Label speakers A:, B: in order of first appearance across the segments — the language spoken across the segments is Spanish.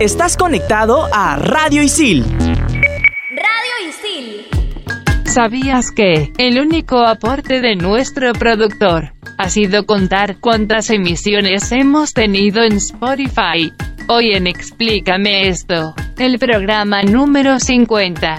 A: Estás conectado a Radio Isil.
B: Radio Isil.
C: ¿Sabías que el único aporte de nuestro productor ha sido contar cuántas emisiones hemos tenido en Spotify? Hoy en Explícame esto, el programa número 50.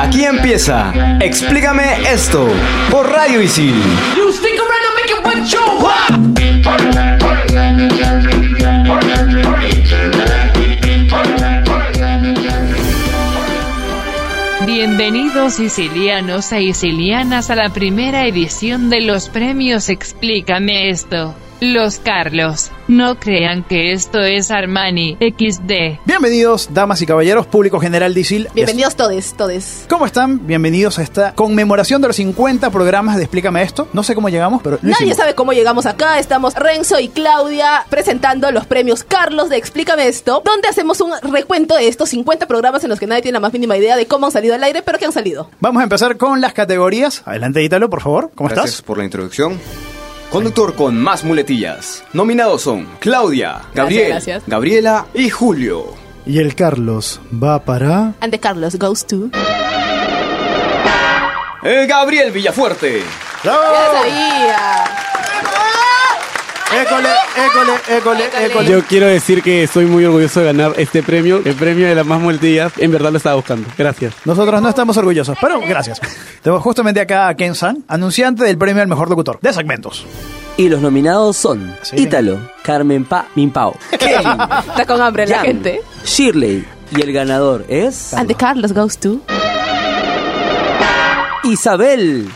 D: Aquí empieza Explícame esto por Radio Isil.
C: Bienvenidos sicilianos e sicilianas a la primera edición de los premios Explícame esto. Los Carlos, no crean que esto es Armani XD.
E: Bienvenidos, damas y caballeros, público general de ISIL.
F: Bienvenidos todes, todes.
E: ¿Cómo están? Bienvenidos a esta conmemoración de los 50 programas de Explícame Esto. No sé cómo llegamos, pero lo
F: Nadie
E: hicimos.
F: sabe cómo llegamos acá. Estamos Renzo y Claudia presentando los premios Carlos de Explícame esto, donde hacemos un recuento de estos 50 programas en los que nadie tiene la más mínima idea de cómo han salido al aire, pero que han salido.
E: Vamos a empezar con las categorías. Adelante, Ítalo, por favor. ¿Cómo
D: Gracias
E: estás?
D: por la introducción. Conductor con más muletillas. Nominados son Claudia, Gabriel,
F: gracias.
D: Gabriela y Julio.
E: Y el Carlos va para...
F: And the Carlos goes to.
D: Eh, Gabriel Villafuerte.
F: ¡Ya sabía!
E: ¡École, école, école, école!
G: Yo quiero decir que estoy muy orgulloso de ganar este premio, el premio de las más multillas. En verdad lo estaba buscando. Gracias.
E: Nosotros no estamos orgullosos, pero gracias. Tenemos justamente acá a Ken San, anunciante del premio al mejor locutor de segmentos.
H: Y los nominados son
E: Sí.
H: Ítalo, Carmen Pa Mimpao, Kevin,
F: Está con hambre la
H: Jan,
F: gente. Ah.
H: Shirley. Y el ganador es
F: And the Carlos goes to.
H: Isabel.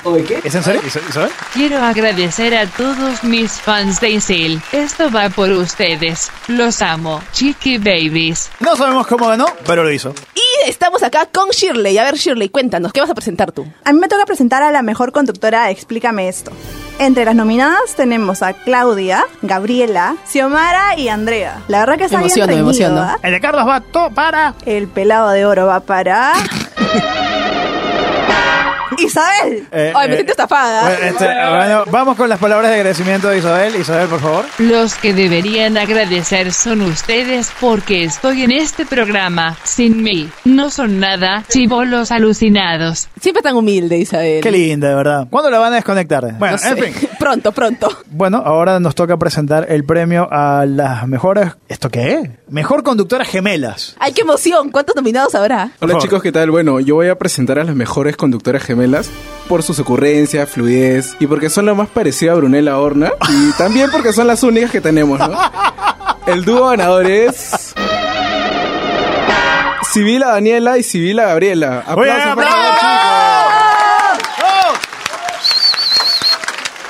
E: ¿Es en serio? ¿Is- ¿Isabel?
C: Quiero agradecer a todos mis fans de Isil. Esto va por ustedes. Los amo, chiqui babies.
E: No sabemos cómo ganó, pero lo hizo.
F: Y estamos acá con Shirley. A ver, Shirley, cuéntanos, ¿qué vas a presentar tú?
I: A mí me toca presentar a la mejor conductora de Explícame esto. Entre las nominadas tenemos a Claudia, Gabriela, Xiomara y Andrea. La verdad que está bien
F: emociono, me
I: reñido,
F: emociono.
I: ¿ah?
E: El de Carlos va to- para...
I: El pelado de oro va para... Isabel.
E: Eh,
F: Ay, me
E: eh,
F: siento estafada.
E: eh, este, bueno, vamos con las palabras de agradecimiento de Isabel. Isabel, por favor.
C: Los que deberían agradecer son ustedes porque estoy en este programa. Sin mí, no son nada, chivolos alucinados.
F: Siempre tan humilde, Isabel.
E: Qué linda, de verdad. ¿Cuándo la van a desconectar? Bueno,
F: No sé.
E: en fin.
F: Pronto, pronto.
E: Bueno, ahora nos toca presentar el premio a las mejores. ¿Esto qué es? Mejor conductoras gemelas.
F: ¡Ay, qué emoción! ¿Cuántos nominados habrá?
E: Hola, chicos,
G: ¿qué tal? Bueno, yo voy a presentar a las mejores conductoras gemelas por sus ocurrencias, fluidez y porque son lo más parecido a Brunella Horna y también porque son las únicas que tenemos, ¿no? El dúo ganador es. Sibila Daniela y Sibila Gabriela.
E: Oye,
G: por
E: bravo,
G: favor,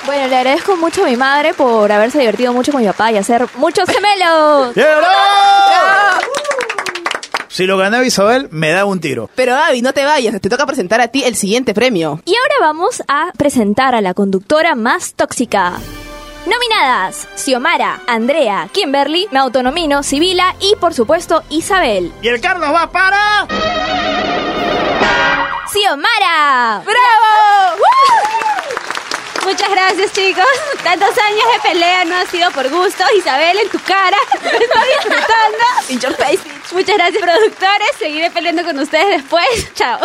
B: Bueno, le agradezco mucho a mi madre por haberse divertido mucho con mi papá y hacer muchos gemelos.
E: ¡Bien, bravo! Si lo ganaba Isabel, me da un tiro.
F: Pero Gaby, no te vayas, te toca presentar a ti el siguiente premio.
B: Y ahora vamos a presentar a la conductora más tóxica. Nominadas: Xiomara, Andrea, Kimberly, me autonomino, Sibila y, por supuesto, Isabel.
E: Y el Carlos va para.
B: ¡Xiomara!
F: ¡Bravo!
B: Muchas gracias, chicos. Tantos años de pelea no ha sido por gusto. Isabel, en tu cara. Lo estoy disfrutando.
F: In your face.
B: Muchas gracias, productores. Seguiré peleando con ustedes después. Chao.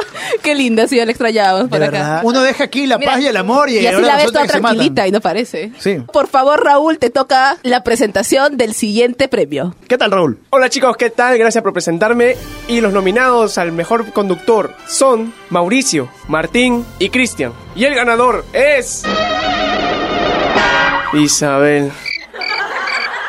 F: Qué linda, sí, la extrañábamos
E: De
F: por
E: verdad.
F: acá.
E: Uno deja aquí la
F: Mira,
E: paz y el amor y,
F: Y así
E: ahora
F: la ves
E: resulta
F: toda
E: que se matan.
F: tranquilita y no parece.
E: Sí.
F: Por favor, Raúl, te toca la presentación del siguiente premio.
E: ¿Qué tal, Raúl?
J: Hola chicos, ¿qué tal? Gracias por presentarme. Y los nominados al mejor conductor son Mauricio, Martín y Cristian. Y el ganador es... Isabel.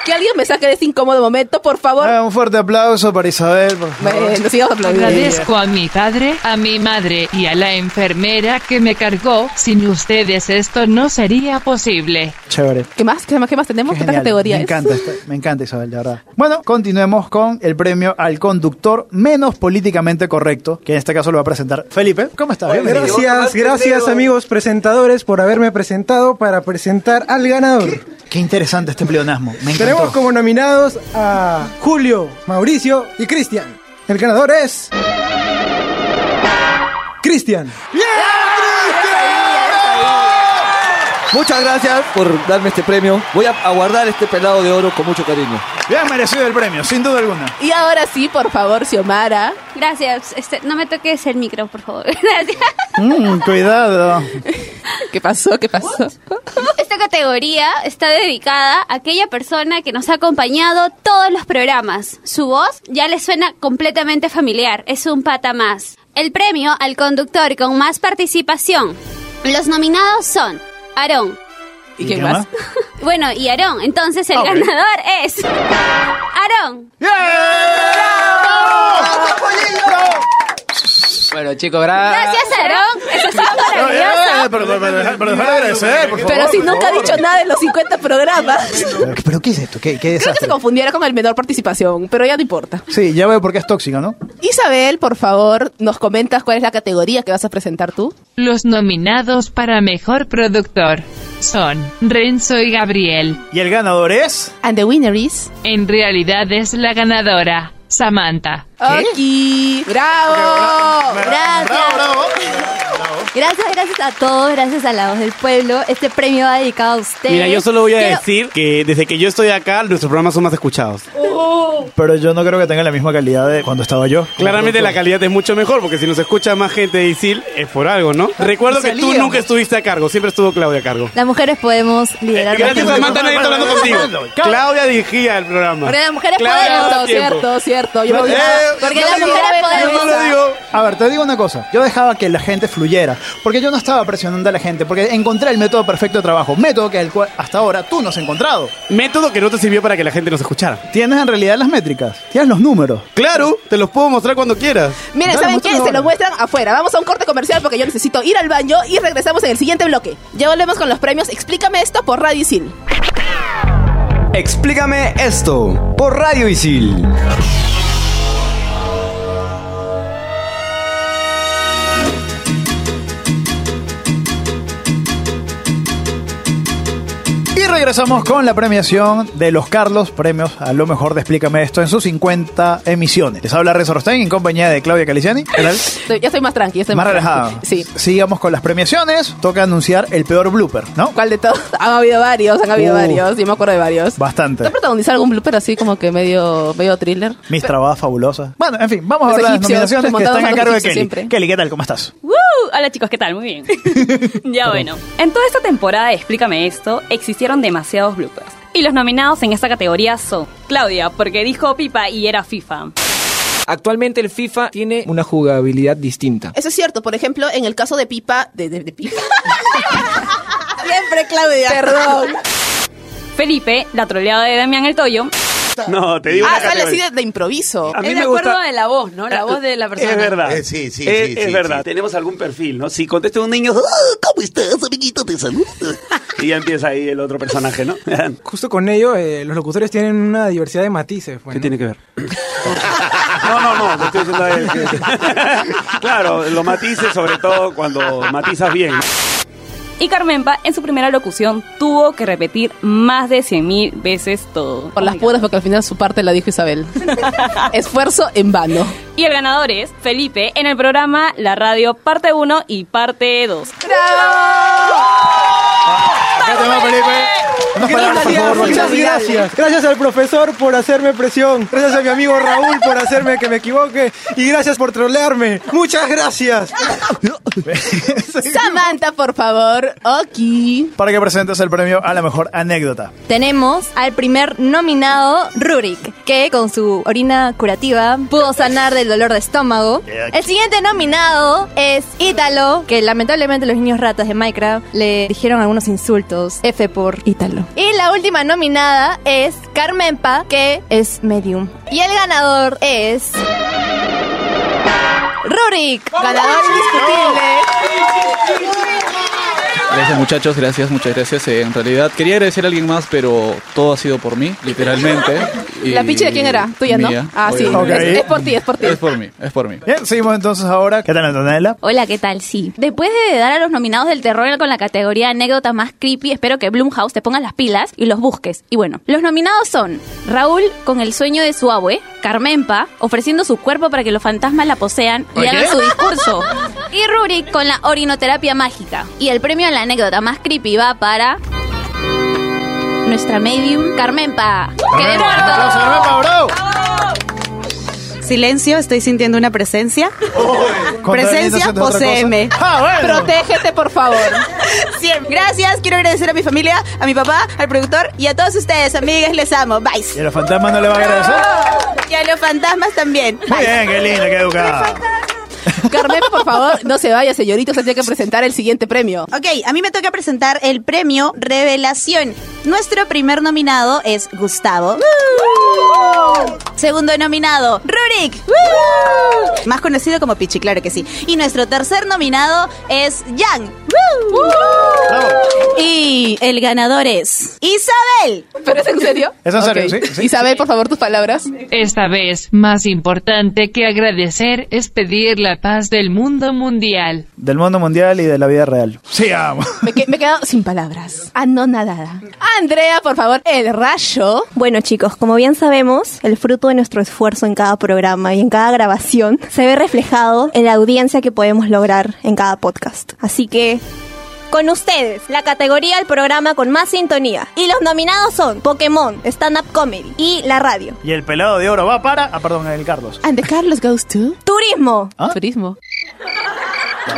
F: Que alguien me saque de este incómodo momento, por favor.
E: Ah, un fuerte aplauso para Isabel. Por favor.
F: Bueno, sigamos aplaudiendo.
C: Agradezco a mi padre, a mi madre y a la enfermera que me cargó. Sin ustedes esto no sería posible.
E: Chévere.
F: ¿Qué más? ¿Qué más, qué más tenemos? ¿Qué otra
E: Genial,
F: categoría
E: Me
F: es?
E: encanta, esta- me encanta Isabel, de verdad. Bueno, continuemos con el premio al conductor menos políticamente correcto, que en este caso lo va a presentar Felipe. ¿Cómo estás? Bienvenido.
K: Gracias, gracias amigos presentadores por haberme presentado para presentar al ganador.
E: Qué interesante este pleonasmo. Me encantó.
K: Tenemos como nominados a Julio, Mauricio y Cristian. El ganador es... Cristian.
H: Muchas gracias por darme este premio. Voy a, a guardar este pelado de oro con mucho cariño.
E: Bien merecido el premio, sin duda alguna.
F: Y ahora sí, por favor, Xiomara.
L: Gracias. Este, no me toques el micro, por favor. Gracias.
E: Mm, cuidado.
F: ¿Qué pasó? ¿Qué pasó?
L: Esta categoría está dedicada a aquella persona que nos ha acompañado todos los programas. Su voz ya les suena completamente familiar. Es un pata más. El premio al conductor con más participación. Los nominados son Aarón.
F: ¿Y quién más?
L: Bueno, y Aarón. Entonces el
F: Ah, ok.
L: ganador es Aarón.
M: Bueno, chicos,
F: Ah.
M: gracias.
L: Gracias, Aarón. Eso es maravilloso.
E: Pero, pero, pero, pero deja de agradecer, por favor.
F: Pero si
E: por
F: nunca ha
E: favor.
F: dicho nada en los 50 programas.
E: Pero, pero ¿qué es esto? ¿Qué, qué
F: Creo que se
E: desastre?
F: confundiera con el menor participación, pero ya no importa.
E: Sí, ya veo por qué es tóxico, ¿no?
F: Isabel, por favor, nos comentas cuál es la categoría que vas a presentar tú.
C: Los nominados para mejor productor son Renzo y Gabriel.
E: ¿Y el ganador es?
F: And the winner is.
C: En realidad es la ganadora, Samantha.
F: Aquí. ¡Bravo!
N: Gracias. Gracias, gracias a todos, gracias a la voz del pueblo. Este premio va dedicado a ustedes.
O: Mira, yo solo voy a
N: Quiero-
O: decir que desde que yo estoy acá, nuestros programas son más escuchados.
E: Pero yo no creo que tenga la misma calidad de cuando estaba yo.
O: Claramente la calidad es mucho mejor, porque si nos escucha más gente de Isil, es por algo, ¿no?
K: Ah,
O: Recuerdo que tú
N: salíamos.
O: nunca estuviste a cargo, siempre estuvo Claudia a cargo.
N: Las mujeres podemos liderar.
O: Gracias,
N: más
O: Samantha, nadie está hablando contigo. Claudia dirigía el programa.
F: Porque las mujeres
O: Claudia,
F: podemos.
O: está tiempo.
F: Cierto, cierto. Yo
E: No,
F: me
E: eh,
F: Porque
E: yo
F: las
E: no lo
F: mujeres
E: digo,
F: podemos.
E: yo no lo digo. A ver, te digo una cosa. Yo dejaba que la gente fluyera. Porque yo no estaba presionando a la gente. Porque encontré el método perfecto de trabajo. Método que el cual hasta ahora tú no has encontrado.
O: Método que no te sirvió para que la gente nos escuchara.
E: Tienes en realidad las métricas. Tienes los números.
O: Claro, te los puedo mostrar cuando quieras.
F: Mira,
O: Dale,
F: ¿saben qué?
O: muéstralo
F: Se lo
O: ahora.
F: muestran afuera. Vamos a un corte comercial porque yo necesito ir al baño y regresamos en el siguiente bloque. Ya volvemos con los premios. Explícame esto por Radio Isil.
D: Explícame esto por Radio Isil.
E: Y regresamos con la premiación de los Carlos Premios a lo mejor de Explícame Esto en sus 50 emisiones. Les habla Renzo Rostén en compañía de Claudia Caliciani. ¿Qué tal?
F: Estoy- Ya estoy más tranqui. ya estoy
E: Más
F: tranqui.
E: relajado.
F: Sí.
E: Sigamos con las premiaciones. Toca anunciar el peor blooper, ¿no?
F: ¿Cuál de todos? Han habido varios, han habido
E: Uh.
F: varios. Yo me acuerdo de varios. ¿Tú
E: Bastante.
F: has protagonizado algún blooper así como que medio, medio thriller?
E: Mis trabadas fabulosas. Bueno, en fin, vamos a
F: Los
E: ver las
F: egipcios,
E: nominaciones que
F: remontados
E: están
F: a
E: a
F: los
E: cargo de
F: egipcios
E: Kelly.
F: siempre.
E: Kelly, ¿qué tal? ¿Cómo estás?
P: ¡Woo! Hola chicos, ¿qué tal? Muy bien. ya bueno. En toda esta temporada de Explícame esto, existieron demasiados bloopers. Y los nominados en esta categoría son Claudia, porque dijo pipa y era FIFA.
M: Actualmente el FIFA tiene una jugabilidad distinta.
F: Eso es cierto. Por ejemplo, en el caso de Pipa. De, de- de Pipa. Siempre, Claudia. Perdón.
P: Felipe, la troleada de Damián El Toyo.
O: No, te digo
F: Ah,
O: una
F: sale así
O: categoría.
F: de, de improviso.
O: A mí Es de me gusta- acuerdo
P: de la voz, ¿no?
O: La voz de la persona. Es verdad.
Q: Eh, sí, sí,
O: es,
Q: sí,
O: es
Q: sí,
O: verdad.
Q: sí.
O: Tenemos algún perfil, ¿no? Si contesta un niño, "Ah, ¿cómo estás, amiguito? Te saludo. y ya empieza ahí el otro personaje, ¿no?
K: Justo con ello, eh, los locutores tienen una diversidad de matices.
O: ¿Qué tiene que ver? no, no, no, no estoy diciendo a él. claro, lo matices sobre todo cuando matizas bien.
P: Y Carmenpa, en su primera locución, tuvo que repetir más de 100.000 veces todo.
F: Por las puras, porque al final su parte la dijo Isabel. Esfuerzo en vano.
P: Y el ganador es Felipe en el programa La Radio Parte 1 y Parte 2.
E: Acá te va, Felipe. Unas palabras, por favor, Rocky.
K: Muchas gracias. Gracias al profesor por hacerme presión. Gracias a mi amigo Raúl por hacerme que me equivoque. Y gracias por trolearme. Muchas gracias.
F: Samantha, por favor. Oki.
E: Para que presentes el premio a la mejor anécdota.
N: Tenemos al primer nominado, Rurik, que con su orina curativa pudo sanar del dolor de estómago. El siguiente nominado es Ítalo, que lamentablemente los niños ratas de Minecraft le dijeron algunos insultos votos, F por Ítalo. Y la última nominada es Carmen Pa, que es medium. Y el ganador es... Rurik, ganador indiscutible.
Q: Gracias muchachos, gracias, muchas gracias. Eh, En realidad quería agradecer a alguien más, pero todo ha sido por mí, literalmente. Y-
F: ¿La pinche de quién era? ¿Tuya,
Q: Mía,
F: no? Ah, sí.
Q: obviamente.
F: Es, es por ti, es por ti.
Q: Es por mí, es por mí.
E: Bien, seguimos entonces ahora. ¿Qué tal, Antonella?
R: Hola, ¿qué tal? Sí. Después de dar a los nominados del terror con la categoría anécdota más creepy, espero que Blumhouse te ponga las pilas y los busques. Y bueno, los nominados son Raúl con el sueño de su abue, Carmenpa ofreciendo su cuerpo para que los fantasmas la posean y
L: Oye.
R: hagan su discurso, y Rurik con la orinoterapia mágica. Y el premio a la anécdota más creepy va para nuestra medium Carmenpa. ¡Qué
S: Silencio, estoy sintiendo una presencia. Presencia,
F: haciendo otra cosa.
S: poseeme.
E: Ah,
F: Protégete, por favor.
S: Siempre. Gracias, quiero agradecer a mi familia, a mi papá, al productor y a todos ustedes, amigas, les amo. Bye.
E: ¿Y a los fantasmas no le va a agradecer?
S: Y a los fantasmas también.
E: Muy bien, qué lindo, qué educado.
F: Carmen, por favor, no se vaya, señorito. Se tiene que presentar el siguiente premio.
S: Ok, a mí me toca presentar el premio Revelación. Nuestro primer nominado es Gustavo. Segundo nominado, Rurik. Más conocido como Pichi, claro que sí. Y nuestro tercer nominado es Jan. Y el ganador es Isabel.
F: ¿Pero es en serio?
E: ¿Es en serio? Sí,
F: Isabel, por favor, tus palabras.
C: Esta vez, más importante que agradecer es pedir la paz del mundo mundial.
E: Del mundo mundial y de la vida real. Sí, amo.
F: Me, que- me he quedado sin palabras. Ah, Anonadada. Ah, Andrea, por favor, el rayo.
T: Bueno chicos, como bien sabemos, el fruto de nuestro esfuerzo en cada programa y en cada grabación se ve reflejado en la audiencia que podemos lograr en cada podcast. Así que, con ustedes, la categoría del programa con más sintonía. Y los nominados son Pokémon, Stand Up Comedy y la radio.
E: Y el pelado de oro va para. Ah, perdón, el Carlos.
F: And the Carlos goes to...
T: Turismo.
F: Turismo.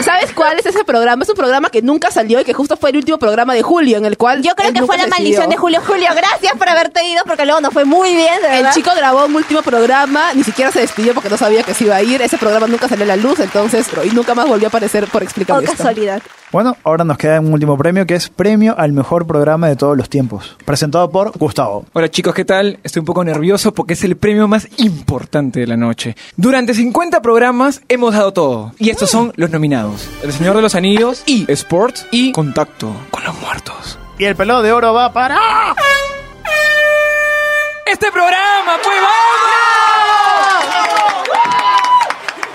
F: ¿Sabes cuál es ese programa? Es un programa que nunca salió y que justo fue el último programa de Julio en el cual... Yo creo
T: que fue la maldición de Julio. Julio, gracias por haberte ido porque luego nos fue muy bien. de
F: El
T: verdad.
F: chico grabó un último programa, ni siquiera se despidió porque no sabía que se iba a ir. Ese programa nunca salió a la luz, entonces, y nunca más volvió a aparecer por explicar
T: Oh, casualidad.
E: Bueno, ahora nos queda un último premio que es premio al mejor programa de todos los tiempos. Presentado por Gustavo.
M: Hola chicos, ¿qué tal? Estoy un poco nervioso porque es el premio más importante de la noche. Durante 50 programas hemos dado todo. Y estos son los nominados. El Señor de los Anillos, y Sport y Contacto con los Muertos.
E: Y el pelado de oro va para.
M: ¡Este programa, pues vamos!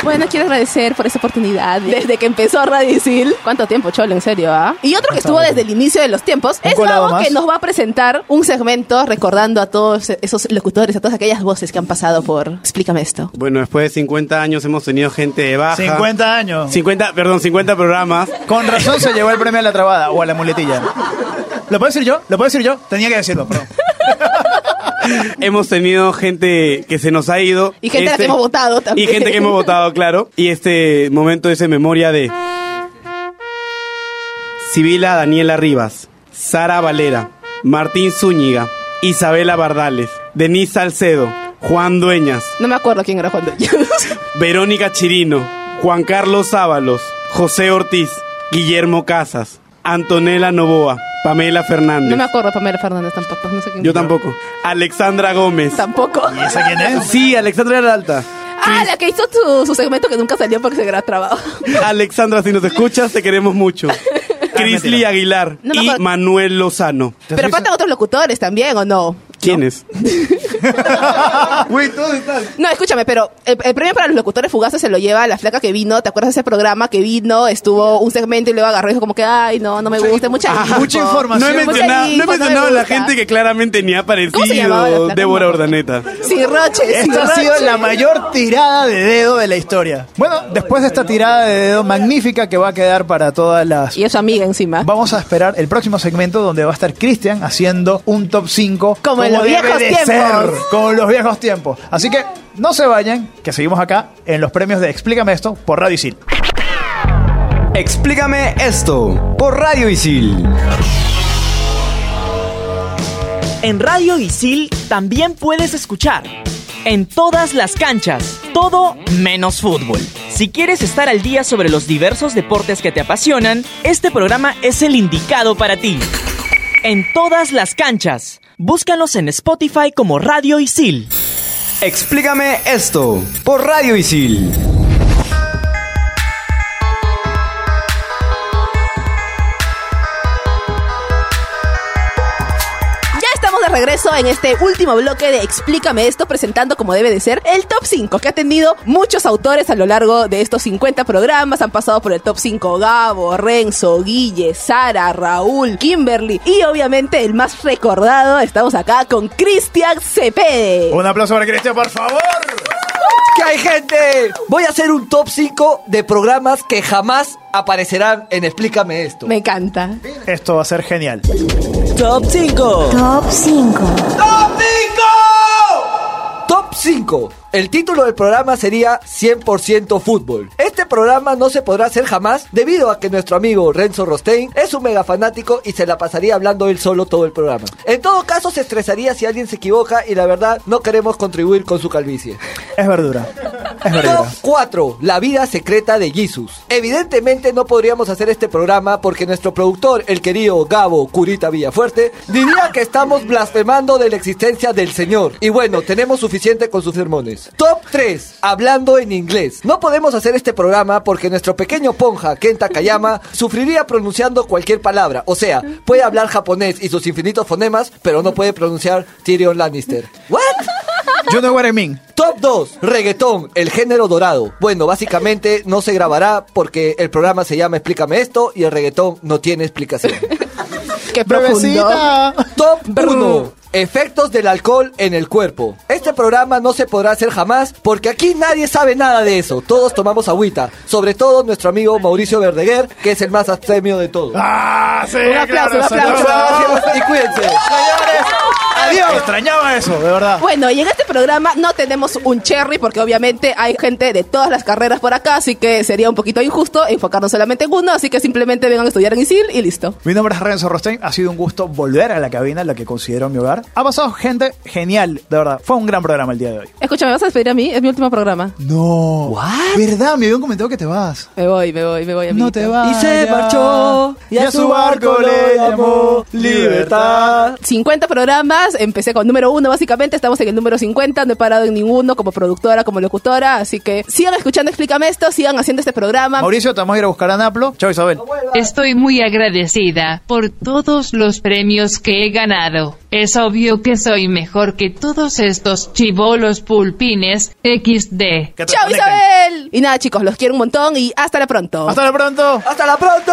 F: Bueno, quiero agradecer por esa oportunidad. Desde que empezó Radio Isil. ¿Cuánto tiempo, Cholo? En serio, ¿ah? Y otro que estuvo desde el inicio de los tiempos es
E: colado
F: Gabo, que
E: más?
F: nos va a presentar un segmento recordando a todos esos locutores, a todas aquellas voces que han pasado por... Explícame esto.
U: Bueno, después de 50 años hemos tenido gente de baja.
E: 50 años.
U: 50, perdón, 50 programas.
E: Con razón se llevó el premio a la trabada o a la muletilla. ¿Lo puedo decir yo? ¿Lo puedo decir yo? Tenía que decirlo, perdón.
U: hemos tenido gente que se nos ha ido. Este,
F: Y gente a la que hemos votado también.
U: Y gente que hemos votado, claro. Y este momento es en memoria de Sibila Daniela Rivas, Sara Valera, Martín Zúñiga, Isabela Bardales, Denise Salcedo, Juan Dueñas,
F: No me acuerdo quién era Juan de
U: Verónica Chirino, Juan Carlos Ábalos, José Ortiz, Guillermo Casas, Antonella Novoa, Pamela Fernández.
F: No me acuerdo Pamela Fernández tampoco. No sé quién
U: Yo tampoco. Alexandra Gómez.
F: Tampoco.
U: ¿Y esa quién es? Sí, Alexandra Alta.
F: Ah, la que hizo su, su segmento que nunca salió porque se grabó trabajo.
U: Alexandra, si nos escuchas, te queremos mucho. Crisley Aguilar
F: Ah, No me
U: y
F: acuerdo.
U: Manuel Lozano.
F: Pero faltan otros locutores también, ¿o no?
U: ¿Quiénes?
F: No, escúchame, pero el, el premio para los locutores fugaces se lo lleva la flaca que vino. ¿Te acuerdas de ese programa que vino? Estuvo un segmento y luego agarró y dijo como que, ay, no, no me gusta. Mucha, info.
U: No he
F: Mucha
U: mencionado, no he
F: info, me
U: mencionado a la
F: gusta.
U: gente que claramente ni ha
F: se llamaba la
U: aparecido.
F: flaca?
U: Débora Ordaneta.
F: Sí, Roche. sí,
E: Esta ha sido
F: Roche.
E: la mayor tirada de dedo de la historia. Bueno, después de esta tirada de dedo magnífica que va a quedar para todas las...
F: Y es amiga encima.
E: Vamos a esperar el próximo segmento donde va a estar Cristian haciendo un top 5 como,
F: en los
E: debe
F: viejos
E: de
F: tiempos.
E: ser, como en los viejos tiempos. Así que no se vayan, que seguimos acá en los premios de Explícame Esto por Radio Isil.
D: Explícame esto por Radio Isil.
A: En Radio Isil también puedes escuchar. En todas las canchas, todo menos fútbol. Si quieres estar al día sobre los diversos deportes que te apasionan, este programa es el indicado para ti. en todas las canchas. Búscanos en Spotify como Radio Isil.
D: Explícame esto por Radio Isil.
F: Ya estamos de regreso en este último bloque de Explícame esto, presentando como debe de ser el top 5, que ha tenido muchos autores a lo largo de estos 50 programas. Han pasado por el top 5 Gabo, Renzo, Guille, Sara, Raúl, Kimberly y obviamente el más recordado, estamos acá con Cristian Cepede.
E: Un aplauso para Cristian, por favor.
H: ¿Qué hay, gente? Voy a hacer un top 5 de programas que jamás aparecerán en Explícame esto.
F: Me encanta.
E: Esto va a ser genial.
H: Top 5. Top 5. Top 5. Top 5. El título del programa sería 100% fútbol. Este programa no se podrá hacer jamás debido a que nuestro amigo Renzo Rostein es un mega fanático y se la pasaría hablando él solo todo el programa. En todo caso se estresaría si alguien se equivoca y la verdad no queremos contribuir con su calvicie.
E: Es verdura. Es
H: Top
E: verdura.
H: 4. La vida secreta de Jesus. Evidentemente no podríamos hacer este programa porque nuestro productor, el querido Gabo Curita Villafuerte, diría que estamos blasfemando de la existencia del Señor. Y bueno, tenemos suficiente con sus sermones. Top 3. Hablando en inglés. No podemos hacer este programa porque nuestro pequeño ponja, Ken Takayama, sufriría pronunciando cualquier palabra. O sea, puede hablar japonés y sus infinitos fonemas, pero no puede pronunciar Tyrion Lannister.
E: Yo no what I mean.
H: Top 2, reggaetón, el género dorado. Bueno, básicamente no se grabará porque el programa se llama Explícame esto y el reggaetón no tiene explicación.
F: ¡Qué profundo!
H: Top 1. Efectos del alcohol en el cuerpo. Este programa no se podrá hacer jamás porque aquí nadie sabe nada de eso. Todos tomamos agüita. Sobre todo nuestro amigo Mauricio Verdeguer, que es el más abstemio de todos.
E: ¡Ah, sí! Un aplauso,
H: un aplauso. Gracias y cuídense. Señores,
E: adiós. Extrañaba eso, de verdad.
F: Bueno, y en este programa no tenemos un cherry porque obviamente hay gente de todas las carreras por acá, así que sería un poquito injusto enfocarnos solamente en uno, así que simplemente vengan a estudiar en ISIL y listo.
E: Mi nombre es Renzo Rostein. Ha sido un gusto volver a la cabina, la que considero mi hogar. Ha pasado gente genial, de verdad. Fue un gran programa el día de hoy.
F: Escúchame, ¿vas a despedir a mí? Es mi último programa.
E: No. ¿Verdad? Me habían comentado que te vas.
F: Me voy, me voy, me voy.
E: No te vas.
F: Y se marchó,
E: Y a su barco le llamó libertad.
F: 50 programas, empecé con número uno básicamente, estamos en el número 50, no he parado en ninguno como productora, como locutora, así que sigan escuchando Explícame Esto, sigan haciendo este programa.
E: Mauricio, te vamos a ir a buscar a Naplo. Chao, Isabel.
C: Estoy muy agradecida por todos los premios que he ganado. Es obvio que soy mejor que todos estos chivolos pulpines XD.
F: ¡Chao, Isabel! Y nada, chicos, los quiero un montón y hasta la pronto.
E: ¡Hasta la pronto!
H: ¡Hasta la pronto!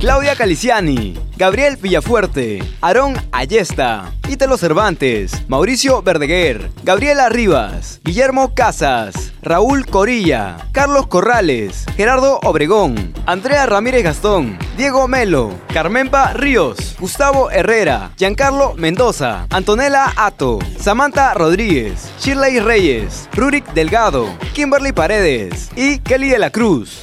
D: Claudia Caliciani, Gabriel Villafuerte, Aarón Ayesta, Ítalo Cervantes, Mauricio Verdeguer, Gabriela Rivas, Guillermo Casas, Raúl Corilla, Carlos Corrales, Gerardo Obregón, Andrea Ramírez Gastón, Diego Melo, Carmenpa Ríos, Gustavo Herrera, Giancarlo Mendoza, Antonella Ato, Samantha Rodríguez, Shirley Reyes, Rurik Delgado, Kimberly Paredes y Kelly de la Cruz.